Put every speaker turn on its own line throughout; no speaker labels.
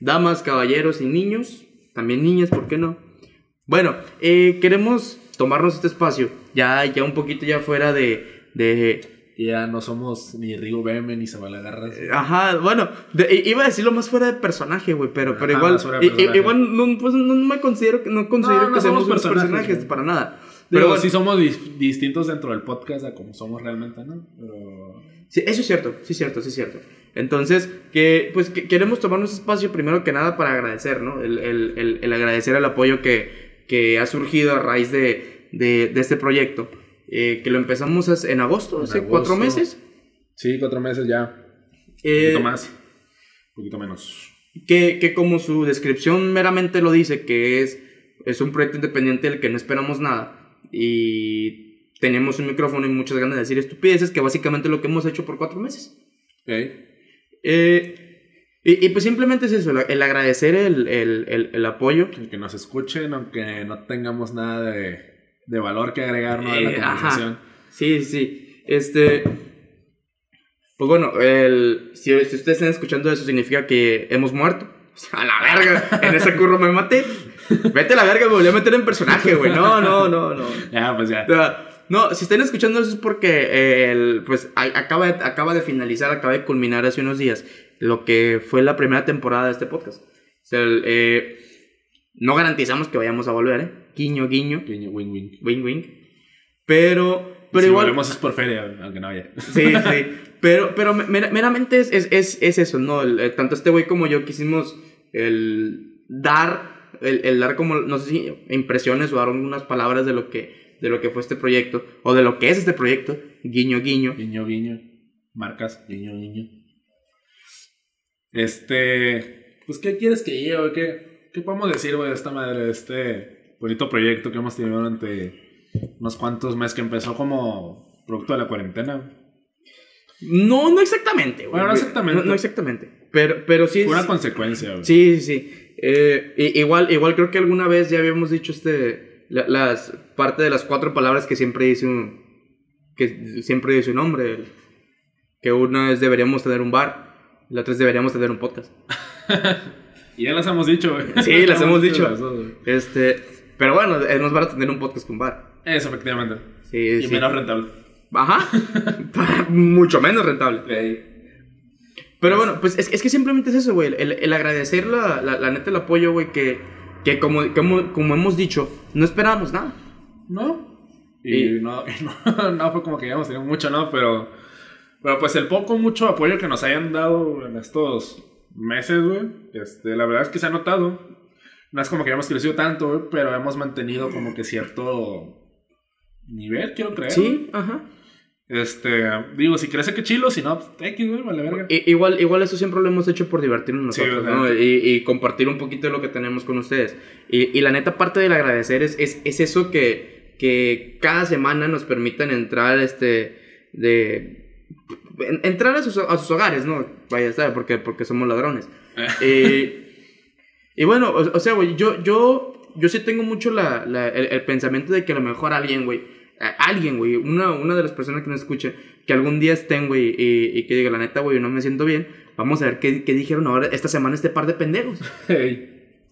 damas, caballeros y niños, también niñas, ¿por qué no? Bueno, eh, queremos tomarnos este espacio, ya, ya un poquito ya fuera de... de
Ya no somos ni Rigo Beme ni Zabalagarras.
eh, ajá, bueno, de- i- iba a decirlo más fuera de personaje, güey, pero, pero
Ajá,
igual...
más fuera de
i- i-
personaje.
igual no, pues, no me considero, que- no considero
No, no
que seamos
somos
unos
personajes,
personajes,
güey.
para nada.
Pero
bueno.
sí somos dis- distintos dentro del podcast a como somos realmente, ¿no? Pero.
Sí, eso es cierto, sí es cierto, sí es cierto. Entonces, que, pues que- queremos tomarnos espacio primero que nada para agradecer, ¿no? El, el- el- el agradecer el apoyo que, que ha surgido a raíz de, de- de este proyecto. Eh, que lo empezamos hace- en agosto,
En
hace cuatro
agosto.
meses.
Sí, cuatro meses ya.
Eh,
un poquito más. Un poquito menos.
que, que como su descripción meramente lo dice, que es, es un proyecto independiente del que no esperamos nada y tenemos un micrófono y muchas ganas de decir estupideces, que básicamente es lo que hemos hecho por cuatro meses.
Ok.
Eh, y, y pues simplemente es eso, la- el agradecer el, el- el- el apoyo.
El que nos escuchen, aunque no tengamos nada de, de valor que agregar ¿no? a la
Eh,
conversación.
Sí, sí. Este. Pues bueno, el, si, si ustedes están escuchando eso, significa que hemos muerto. A la verga, en ese curro me maté. Vete a la verga, me volví a meter en personaje, güey. No, no, no, no.
Ya, pues ya.
O sea, No, si están escuchando eso es porque eh, el, pues, a- acaba, de, acaba de finalizar, acaba de culminar hace unos días lo que fue la primera temporada de este podcast. O sea, el, eh, no garantizamos que vayamos a volver, ¿eh? Guiño, guiño,
Guiño, Wing, wing.
wing, wing. Pero, pero
si
igual...
volvemos es por feria, aunque no haya.
Sí, sí. Pero, pero me- mera- meramente es, es, es- es eso, ¿no? El- eh, tanto este güey como yo quisimos el dar, el, el dar como, no sé si impresiones o dar algunas palabras de lo que, de lo que fue este proyecto, o de lo que es este proyecto, guiño, guiño.
Guiño, guiño. Marcas, guiño, guiño. Este. Pues, ¿qué quieres que lleve? güey? ¿Qué, qué podemos decir, güey, de esta madre, de este bonito proyecto que hemos tenido durante unos cuantos meses que empezó como producto de la cuarentena? güey?
No, no exactamente, güey.
Bueno, no exactamente.
No, no exactamente. Pero, pero sí.
Fue una
sí-
consecuencia, güey.
Sí, sí, sí. Eh, i- igual, igual creo que alguna vez ya habíamos dicho este, la- las, parte de las cuatro palabras que siempre dice un, que siempre dice un hombre. El- que una es deberíamos tener un bar, la otra es deberíamos tener un podcast.
Y ya las hemos dicho, güey.
Sí, las hemos dicho.
las dos, güey.
Este, pero bueno, es más barato tener un podcast que un bar.
Eso, efectivamente.
Sí,
Y
sí.
menos rentable.
Ajá. Mucho menos rentable. Pero bueno, pues es, es que simplemente es eso, güey. El, el agradecer la, la, la neta el apoyo, güey, que, que como, como, como hemos dicho, no esperábamos nada.
¿No? Y,
Y-
no, no, no fue como que hayamos tenido mucho, ¿no? Pero, pero pues el poco, mucho apoyo que nos hayan dado en estos meses, güey. Este, la verdad es que se ha notado. No es como que hayamos crecido tanto, güey, pero hemos mantenido como que cierto nivel, quiero creer.
Sí, ajá.
Este, digo, si crece que chilo, si no, pues, X, güey, vale verga.
I- igual, igual eso siempre lo hemos hecho por divertirnos
Sí,
nosotros,
¿verdad?
¿no? Y, y compartir un poquito de lo que tenemos con ustedes. Y, y la neta, parte del agradecer es, es, es eso que, que cada semana nos permitan entrar, este, de... en- entrar a sus, a sus hogares, ¿no? Vaya, está, porque, porque somos ladrones. y, y bueno, o, o sea, güey, yo, yo, yo sí tengo mucho la, la- el, el pensamiento de que a lo mejor alguien, güey, a- alguien, güey, una, una de las personas que nos escuchen, que algún día estén, güey, y, y que diga, la neta, güey, no me siento bien, vamos a ver qué, qué dijeron ahora esta semana este par de pendejos.
Ey.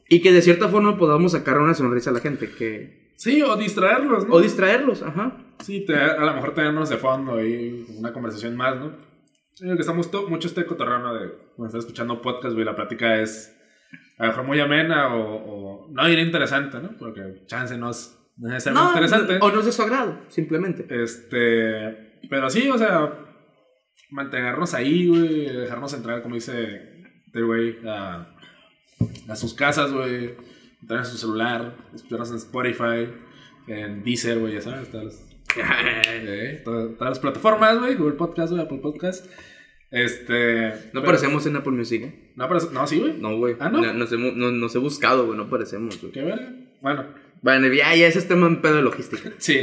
Y que de cierta forma podamos sacar una sonrisa a la gente, que...
Sí, o distraerlos, ¿no?
O distraerlos, ajá.
Sí, te- a lo mejor tenernos de fondo ahí una conversación más, ¿no? Yo creo que estamos to- mucho este cotorrano de cuando estás escuchando podcast, güey, la plática es a lo mejor muy amena o, o no diría interesante, ¿no? Porque chance no es necesariamente interesante.
o no es de su agrado, simplemente.
Este, pero sí, o sea, mantenernos ahí, güey, dejarnos entrar, como dice este güey, a, a sus casas, güey, entrar en su celular, escucharnos en Spotify, en Deezer, güey, ya sabes, todas las, eh, todas, todas las plataformas, güey, Google Podcast, güey, Apple Podcast. Este.
No
pero-
parecemos en Apple Music, ¿eh?
No, parece- no, sí, güey.
No, güey.
Ah, ¿no?
No- Nos, hemos- no- nos he buscado, güey. No parecemos, güey.
Qué verga. Bueno,
Bueno, ya, ya, ese es tema en pedo de logística.
Sí.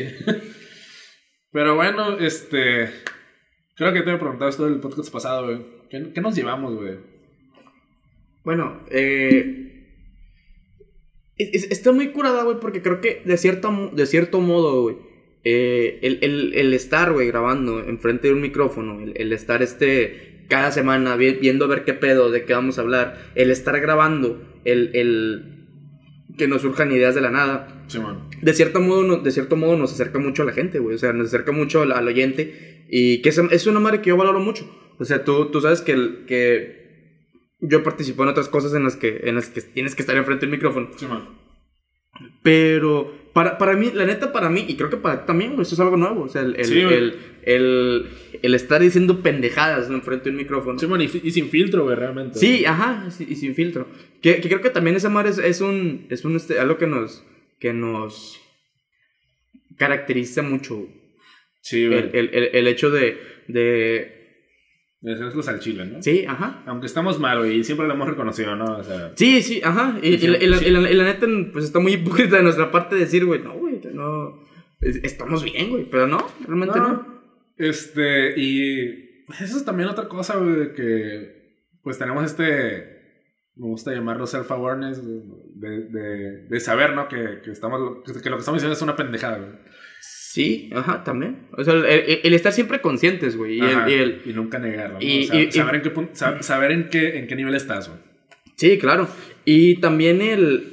Pero bueno, este. Creo que te había preguntado esto del podcast pasado, güey. ¿Qué, qué nos llevamos, güey?
Bueno, eh. es- es- está muy curada, güey, porque creo que de cierto, mo- de cierto modo, güey. eh, el, el- el estar, güey, grabando enfrente de un micrófono, el, el estar este. cada semana vi- viendo a ver qué pedo, de qué vamos a hablar, el estar grabando, el, el que nos surjan ideas de la nada
Simón.
de cierto modo, no- de cierto modo nos acerca mucho a la gente, güey. O sea, nos acerca mucho al, al oyente. Y que es, es una madre que yo valoro mucho. O sea, tú, tú sabes que, el- que yo participo en otras cosas en las que, en las que tienes que estar enfrente del micrófono.
Simón.
Pero para, para mí, la neta, para mí, y creo que para ti también, güey, eso es algo nuevo. O sea, el, el,
Sí, güey.
el, el- el estar diciendo pendejadas ¿no? enfrente de un micrófono.
Simón, y, fi- y sin filtro, güey, realmente.
Sí, ajá, sí, y sin filtro. Que, que creo que también esa madre es, es un, es un, este, algo que nos, que nos caracteriza mucho.
Sí,
El,
güey.
el- el- el hecho de, de,
De hacerlos al chile, ¿no?
sí, ajá.
Aunque estamos mal, güey, y siempre lo hemos reconocido, ¿no? O sea,
Sí, sí, ajá. Y, y la, y la-
Sí.
y la- y la neta, pues está muy hipócrita de nuestra parte decir, güey, no, güey, no, es- estamos bien, güey, pero no, realmente no.
Este, y eso es también otra cosa, güey, de que pues tenemos este, me gusta llamarlo self-awareness, güey, de, de, de saber, ¿no? Que, que, estamos, que, que lo que estamos diciendo es una pendejada, güey.
Sí, ajá, también. O sea, el, el- el estar siempre conscientes, güey, y el-
Ajá,
y el,
y nunca negarlo. ¿no?
y-
O sea,
y- y-
saber, en qué pun- sa- saber en qué en qué nivel estás, güey.
Sí, claro. Y también el.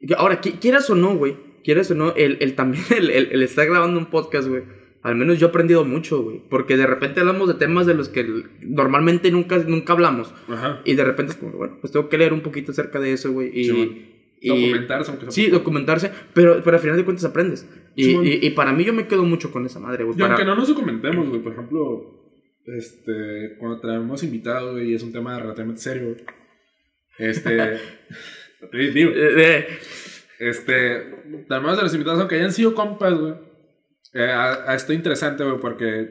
el... Ahora, qui- quieras o no, güey. Quieras o no, el, el también el, el- el estar grabando un podcast, güey. Al menos yo he aprendido mucho, güey. Porque de repente hablamos de temas de los que normalmente nunca, nunca hablamos.
Ajá.
Y de repente es como, bueno, pues tengo que leer un poquito acerca de eso, güey. Y,
Sí, bueno.
y-
Documentarse, aunque sea
Sí,
poco.
documentarse. Pero, pero al final de cuentas aprendes. Y,
Sí, bueno.
y- y para mí yo me quedo mucho con esa madre, güey.
Y
para-
aunque no nos documentemos, güey, por ejemplo, este, cuando traemos invitado, güey, y es un tema relativamente serio, güey, este, te digo,
Eh, eh,
Este, además de los invitados, aunque hayan sido compas, güey. eh, a- a esto interesante, güey, porque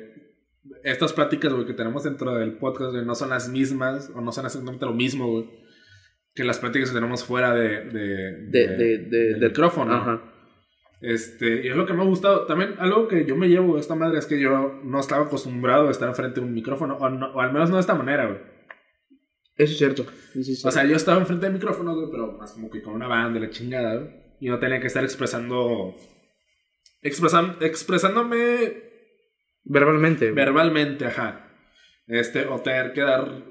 estas pláticas, güey, que tenemos dentro del podcast, güey, no son las mismas o no son exactamente lo mismo, güey, que las pláticas que tenemos fuera de, de,
de, de, de,
del
de-
micrófono.
Ajá.
Este, y es lo que me ha gustado. También algo que yo me llevo de esta madre es que yo no estaba acostumbrado a estar enfrente de un micrófono, o, no- o al menos no de esta manera, güey.
Eso es cierto. Sí, sí, sí.
O sea, yo estaba enfrente de micrófono, güey, pero más como que con una banda y la chingada, güey. Y no tenía que estar expresando. expresan- expresándome
Verbalmente. güey.
verbalmente, ajá. Este, o tener que dar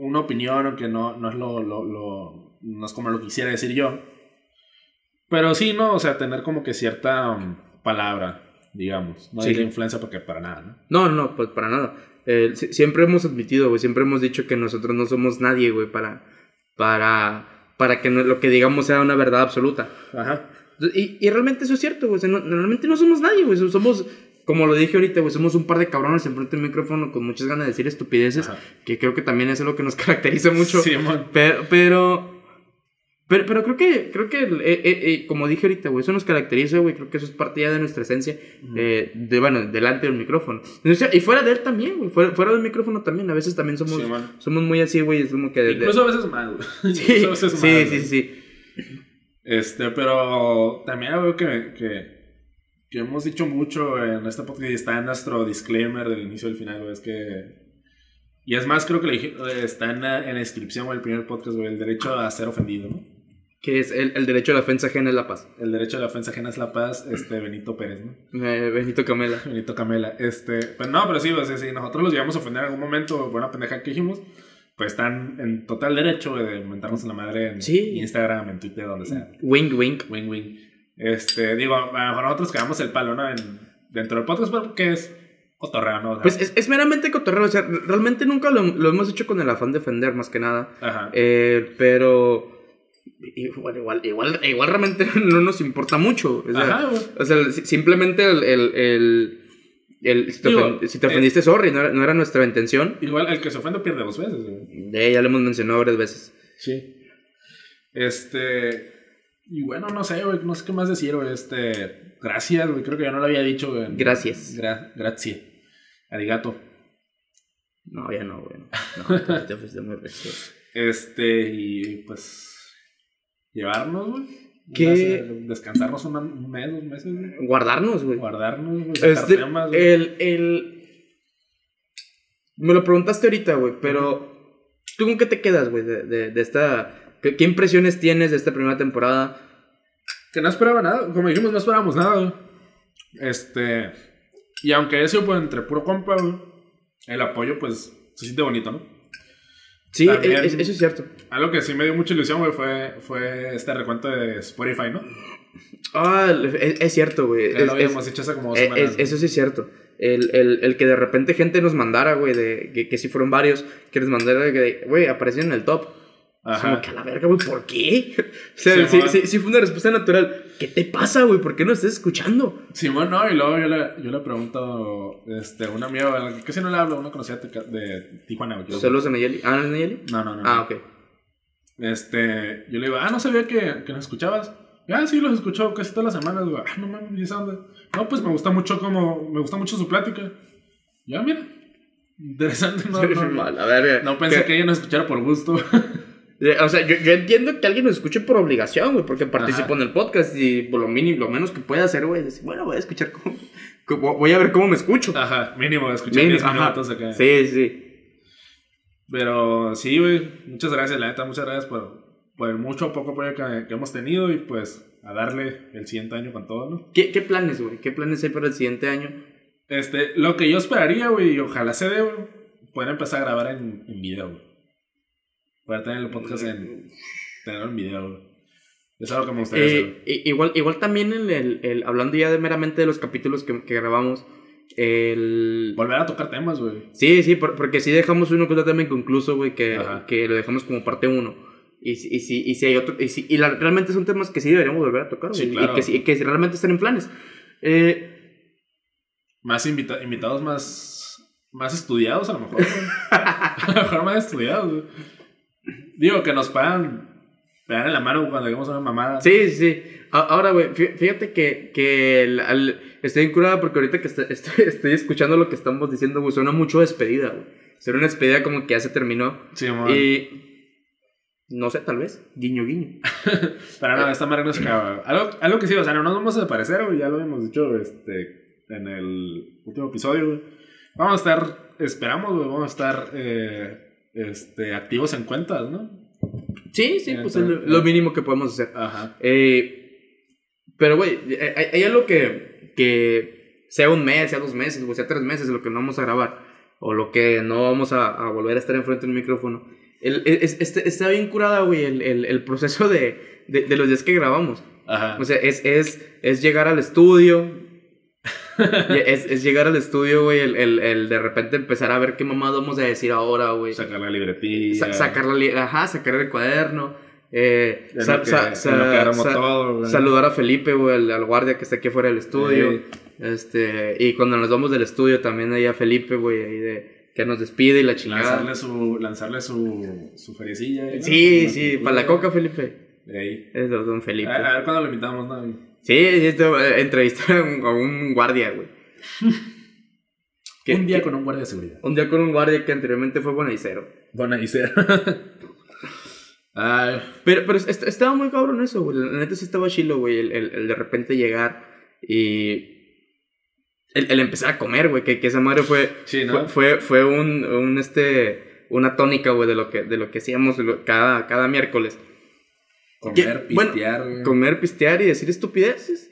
una opinión, aunque no, no es lo, lo- lo- no es como lo quisiera decir yo. Pero sí, ¿no? O sea, tener como que cierta um, palabra, digamos. No
Sí.
hay la influencia porque para nada, ¿no?
No, no, no, pues para nada. Eh, si- siempre hemos admitido, güey, siempre hemos dicho que nosotros no somos nadie, güey, para, para, para que no- lo que digamos sea una verdad absoluta.
Ajá.
Y, y realmente eso es cierto, güey, o sea, no- normalmente no somos nadie, güey, so- somos, como lo dije ahorita, güey, somos un par de cabrones enfrente del micrófono con muchas ganas de decir estupideces,
Ajá.
que creo que también es algo que nos caracteriza mucho.
Sí, mon.
Pero, pero, pero, pero creo que, creo que eh, eh, eh, como dije ahorita, güey, eso nos caracteriza, güey, creo que eso es parte ya de nuestra esencia, eh, de, bueno, delante del micrófono. O sea, y fuera de él también, güey, fuera, fuera del micrófono también, a veces también somos,
Sí, man.
somos muy así, güey, es como que... de- de-
Incluso a veces más, güey.
sí,
Incluso a veces
sí,
más,
sí,
güey.
sí, sí.
Este, pero también algo que, que, que hemos dicho mucho en este podcast y está en nuestro disclaimer del inicio al final, güey, es que... Y es más, creo que lo dije- eh, está en la, en la descripción, güey, el primer podcast, güey, el derecho a ser ofendido, ¿no?
Que es el, el derecho a la ofensa ajena es la paz.
El derecho a la ofensa ajena es la paz, este, Benito Pérez, ¿no?
Eh, Benito Camela.
Benito Camela, este... Pero no, pero sí, güey, sí, sí, nosotros los llegamos a ofender en algún momento, buena pendeja que dijimos, pues están en total derecho, güey, de mentarnos la madre en
Sí.
Instagram, en Twitter, donde sea.
Wink, wink.
Wing wing. Este, digo, a lo mejor nosotros cagamos el palo, ¿no? En- dentro del podcast, porque es cotorreo, ¿no? O sea,
Pues es, es meramente cotorreo, o sea, re- realmente nunca lo, lo hemos hecho con el afán de ofender, más que nada.
ajá.
Eh, pero y- bueno, igual, igual, igual realmente no nos importa mucho. O sea,
Ajá, güey.
o sea, si- simplemente el, el- el- el- si, te
Digo,
ofen- si te
eh,
ofendiste, sorry, no era, no era nuestra intención.
Igual el que se ofende pierde dos veces, güey.
De, ya lo hemos mencionado varias veces.
Sí. Este. Y bueno, no sé, güey, no sé qué más decir, güey. Este. Gracias, güey. Creo que yo no lo había dicho, güey.
Gracias.
Gra- grazie. Arigato.
No, ya no, bueno. No, te fuiste muy recio.
Este, y pues. Llevarnos, güey.
¿Qué?
Unas- Descansarnos una- un mes, dos meses, güey.
Guardarnos, güey.
Guardarnos, güey. sacar
Este,
temas, güey.
el, el... Me lo preguntaste ahorita, güey, pero... ¿Tú con qué te quedas, güey, de, de- de esta... ¿Qué, qué impresiones tienes de esta primera temporada?
Que no esperaba nada, como dijimos, no esperábamos nada, güey. Este. Y aunque eso, pues, entre puro compa, güey, el apoyo, pues, se siente bonito, ¿no?
Sí,
También-
es- eso es cierto.
Algo que sí me dio mucha ilusión, güey, fue, fue este recuento de Spotify, ¿no?
Ah, es, es cierto, güey.
Ya
Es-
lo
es-
habíamos dicho hace como dos
Eh,
semanas.
es- eso sí es cierto. El, el- el que de repente gente nos mandara, güey, de, que, que sí fueron varios, que les mandara, de que, güey, aparecieron en el top. Es
Ajá.
Como que a la verga, güey, ¿por qué? O sea, sí,
Simón.
sí- sí fue una respuesta natural. ¿Qué te pasa, güey? ¿Por qué no estás escuchando?
Simón, no, y luego yo le, yo le pregunto este, a una amiga, a la que si no le hablo, una conocida de, Tica- de Tijuana, güey. que-
Saludos a Nayeli. ¿Ah, no es Nayeli?
No, no, no.
Ah, ok.
Este, yo le digo, ah, no sabía que, que nos escuchabas. Y, Ah, sí, los escucho casi todas las semanas, güey. Ah, no mames, ¿y esa onda? No, pues me gusta mucho como, me gusta mucho su plática. Ya, mira. Interesante, no, no,
A la verga.
no pensé
Que-
que, ella nos escuchara por gusto.
Eh, O sea, yo, yo entiendo que alguien nos escuche por obligación, güey, porque participó
Ajá.
en el podcast y por lo mínimo, lo menos que pueda hacer, güey, es decir, bueno, voy a escuchar cómo, cómo- voy a ver cómo me escucho.
Ajá, mínimo, escuché
Mínimo,
10
ajá.
minutos acá.
Sí, sí.
Pero sí, güey, muchas gracias, la neta, muchas gracias por, por el mucho o poco apoyo que, que hemos tenido y pues a darle el siguiente año con todo, ¿no?
¿Qué, qué planes, güey? ¿Qué planes hay para el siguiente año?
Este, lo que yo esperaría, güey, y ojalá se dé, güey, poder empezar a grabar en, en video, güey. Poder tener el podcast en, tenerlo en video, güey. Es algo que me gustaría hacer. güey.
Eh, i- igual, igual también en el, el- hablando ya de meramente de los capítulos que, que grabamos, el...
Volver a tocar temas, güey.
Sí, sí, por- porque si dejamos uno que está también concluso, güey, que,
Ajá.
que lo dejamos como parte uno. Y, si- y, si, y si hay otro, y, si, y la- realmente son temas que sí deberíamos volver a tocar, güey,
Sí, claro.
y que, sí- y que sí realmente están en planes. Eh,
Más invita- invitados más, más estudiados, a lo mejor, güey. A lo mejor más estudiados, güey. Digo, que nos pagan, pegar en la mano cuando digamos una mamada.
sí, sí. A- Ahora, güey, fí- fíjate que, que el- al- estoy incurada porque ahorita que est- estoy, estoy escuchando lo que estamos diciendo, güey, suena mucho despedida, güey. Suena una despedida como que ya se terminó.
Sí, mamá.
Y no sé, tal vez. Guiño, guiño.
Pero
Eh,
no, esta madre no se acaba. Algo, algo que sí, o sea, no nos vamos a desaparecer, güey. Ya lo hemos dicho este, en el último episodio, güey. Vamos a estar, esperamos, güey, vamos a estar eh, este, activos en cuentas, ¿no?
Sí, sí, pues es lo, lo mínimo que podemos hacer.
Ajá.
Eh, pero, güey, eh, hay, hay algo que, que sea un mes, sea dos meses, güey, sea tres meses, lo que no vamos a grabar o lo que no vamos a, a volver a estar enfrente del micrófono. El- es- es- está bien curada, güey, el, el- el proceso de, de- de los días que grabamos.
Ajá.
O sea, es, es, es llegar al estudio. y es, es llegar al estudio, güey, el, el- el de repente empezar a ver qué mamada vamos a decir ahora, güey.
sacar la libretilla.
Sa- sacar la li- ajá, sacar el cuaderno. eh,
en lo
sa-
que-
sa-
en lo que
sa-
agarramos
sa-
todo, güey.
Saludar a Felipe, güey, al, al guardia que está aquí afuera del estudio.
Sí.
Este, y cuando nos vamos del estudio también ahí a Felipe, güey, ahí de que nos despide y la chingada.
Lanzarle su, lanzarle su, su feriecilla. ¿no?
Sí,
Una
sí,
película.
para la coca, pues. Felipe.
Ey.
Es don don
A,
Felipe.
a ver cuándo lo invitamos, ¿no?
Sí, esto, eh, entrevistar a un, a un guardia, güey. Que-
Un día
que-
con un guardia de seguridad.
un día con un guardia que anteriormente fue bonaicero.
Bueno, y sea. Ay,
Pero, pero est- estaba muy cabrón eso, güey. La neta sí estaba chilo, güey. El, el- el de repente llegar y. El, el empezar a comer, güey. Que, que esa madre fue.
sí, ¿no?
Fue, fue, fue un, un, este. Una tónica, güey, de lo que, de lo que hacíamos lo- cada, cada miércoles.
Comer,
que- bueno,
pistear, güey.
Comer, pistear y decir estupideces.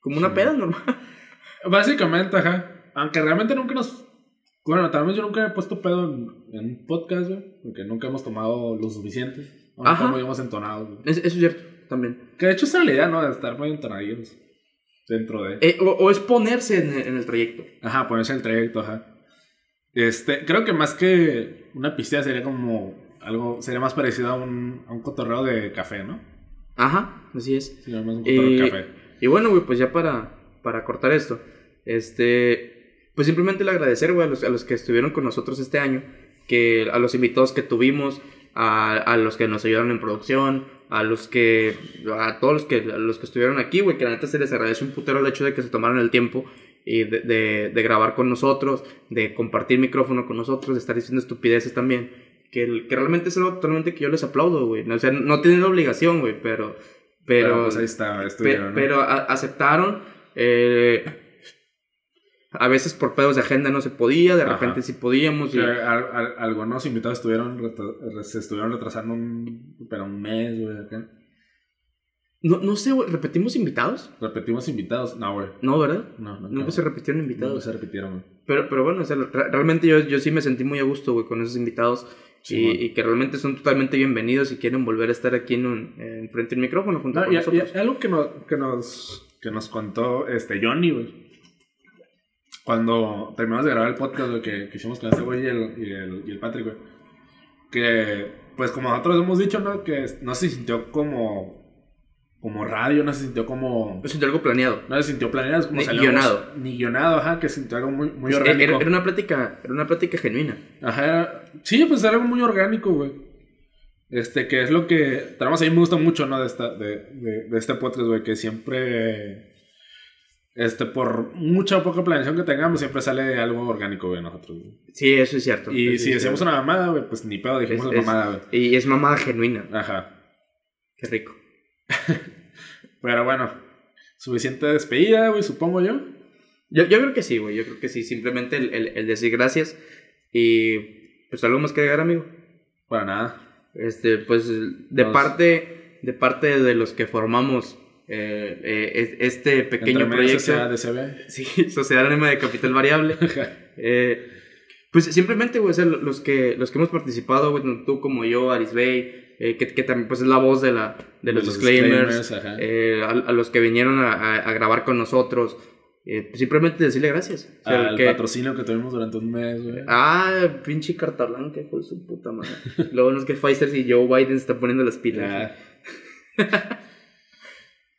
Como una
Sí.
peda normal.
Básicamente, ajá. Aunque realmente nunca nos. Bueno, tal vez yo nunca he puesto pedo en, en un podcast, güey. Porque nunca hemos tomado lo suficiente. Aunque
Ajá.
Ajá. hemos entonado, güey.
Es- eso es cierto, también.
Que de hecho esa es la idea, ¿no? De estar muy entonadillos. Dentro de.
Eh, o, o es ponerse en, el- en el trayecto.
Ajá, ponerse en el trayecto, ajá. Este, creo que más que una pistea sería como algo. Sería más parecido a un, a un cotorreo de café, ¿no?
Ajá, así es.
Sí, más un cotorreo de
Eh,
café.
Y bueno, güey, pues ya para, para cortar esto, este, pues simplemente le agradecer, güey, a los, a los que estuvieron con nosotros este año, que, a los invitados que tuvimos, a, a los que nos ayudaron en producción, a los que, a todos los que, a los que estuvieron aquí, güey, que la neta se les agradece un putero el hecho de que se tomaron el tiempo y de, de- de grabar con nosotros, de compartir micrófono con nosotros, de estar diciendo estupideces también. Que, el- que realmente es algo totalmente que yo les aplaudo, güey. O sea, no tienen la obligación, güey, pero... Pero,
pues ahí está,
Pe-
estuvieron, ¿no?
Pero a- aceptaron. eh, a veces por pedos de agenda no se podía, de
Ajá.
repente sí podíamos. y-
Que al- al- algunos invitados estuvieron retra- se estuvieron retrasando un, pero un mes, güey. acá.
No, no sé, güey, ¿repetimos invitados?
Repetimos invitados. No, güey.
No, ¿verdad?
No, no.
Nunca se repitieron invitados.
se repitieron, güey.
Pero, pero bueno, o sea, re- realmente yo, yo sí me sentí muy a gusto, güey, con esos invitados.
Sí,
y,
güey.
y que realmente son totalmente bienvenidos y quieren volver a estar aquí en, un, en frente del micrófono junto
No,
con
y,
nosotros.
y algo que nos, que nos, que nos contó este Johnny, güey. Cuando terminamos de grabar el podcast, güey, que, que hicimos con este güey y el, y el, y el Patrick, güey. Que, pues como nosotros hemos dicho, ¿no? Que no se sintió como, como radio, no se sintió como...
Me sentí algo planeado.
No se sintió planeado, es como
Ni
salió-
guionado.
Ni guionado, ajá, que sintió algo muy, muy
Era-
orgánico.
era, era una plática, era una plática genuina.
Ajá, era- sí, pues era algo muy orgánico, güey. Este, que es lo que traemos ahí, me gusta mucho, ¿no? De, esta, de, de- de este podcast, güey, que siempre, este, por mucha o poca planeación que tengamos, siempre sale algo orgánico, güey, nosotros. güey.
Sí, eso es cierto.
Y
Eso
si
es
decimos
cierto.
una mamada, güey, pues ni pedo, dijimos
Es-
una
es-
mamada, güey.
Y es mamada genuina.
Ajá.
Qué rico.
Pero bueno, suficiente despedida, güey, supongo yo.
Yo, yo creo que sí, güey. Yo creo que sí. Simplemente el, el- el decir gracias. Y pues algo más que agregar, amigo.
Para nada.
Este, pues de
Nos-
parte de parte de los que formamos eh, eh, es- este pequeño
Entre media
proyecto.
sociedad de CB.
Sí, Sociedad Anónima de Capital Variable. Eh, pues simplemente, güey, o sea, lo- los que, los que hemos participado, güey, tanto tú como yo, Aris Bey, eh, que, que también pues, es la voz de, la, de los, disclaimers,
ajá.
eh, a, a los que vinieron a, a- a grabar con nosotros, eh, pues, simplemente decirle gracias. O sea,
Al
que-
patrocinio que tuvimos durante un mes, güey.
ah, pinche carta blanca, hijo de su puta madre. lo bueno es que Pfizer y Joe Biden se están poniendo las pilas.
Ya.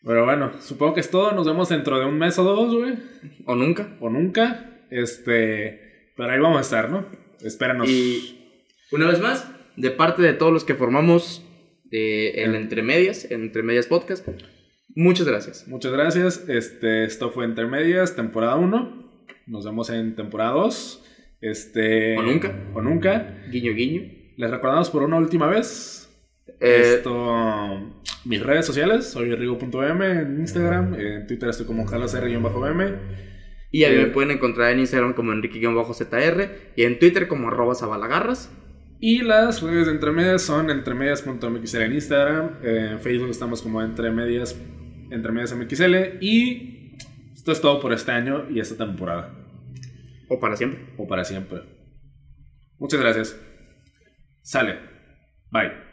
Pero bueno, supongo que es todo. Nos vemos dentro de un mes o dos, güey.
güey. O nunca.
O nunca. Este. Pero ahí vamos a estar, ¿no? Espéranos.
Y una vez más, de parte de todos los que formamos eh,
Ah.
el Entre Medias, el Entre Medias Podcast, muchas gracias.
Muchas gracias. Este, esto fue Entre Medias, temporada 1. Nos vemos en temporada 2. Este.
O nunca.
O nunca.
Guiño, guiño.
Les recordamos por una última vez.
Eh,
Esto. Mis redes sociales, soy rigo.m en Instagram. En Twitter estoy como carlosr-m.
y a mí
eh,
me pueden encontrar en Instagram como enrique-zr y en Twitter como arroba zabalagarras.
Y las redes de Entremedias son entremedias.mxl en Instagram, eh, en Facebook estamos como entremedias, entremediasmxl y esto es todo por este año y esta temporada,
O para siempre.
o para siempre. Muchas gracias. Sale. Bye.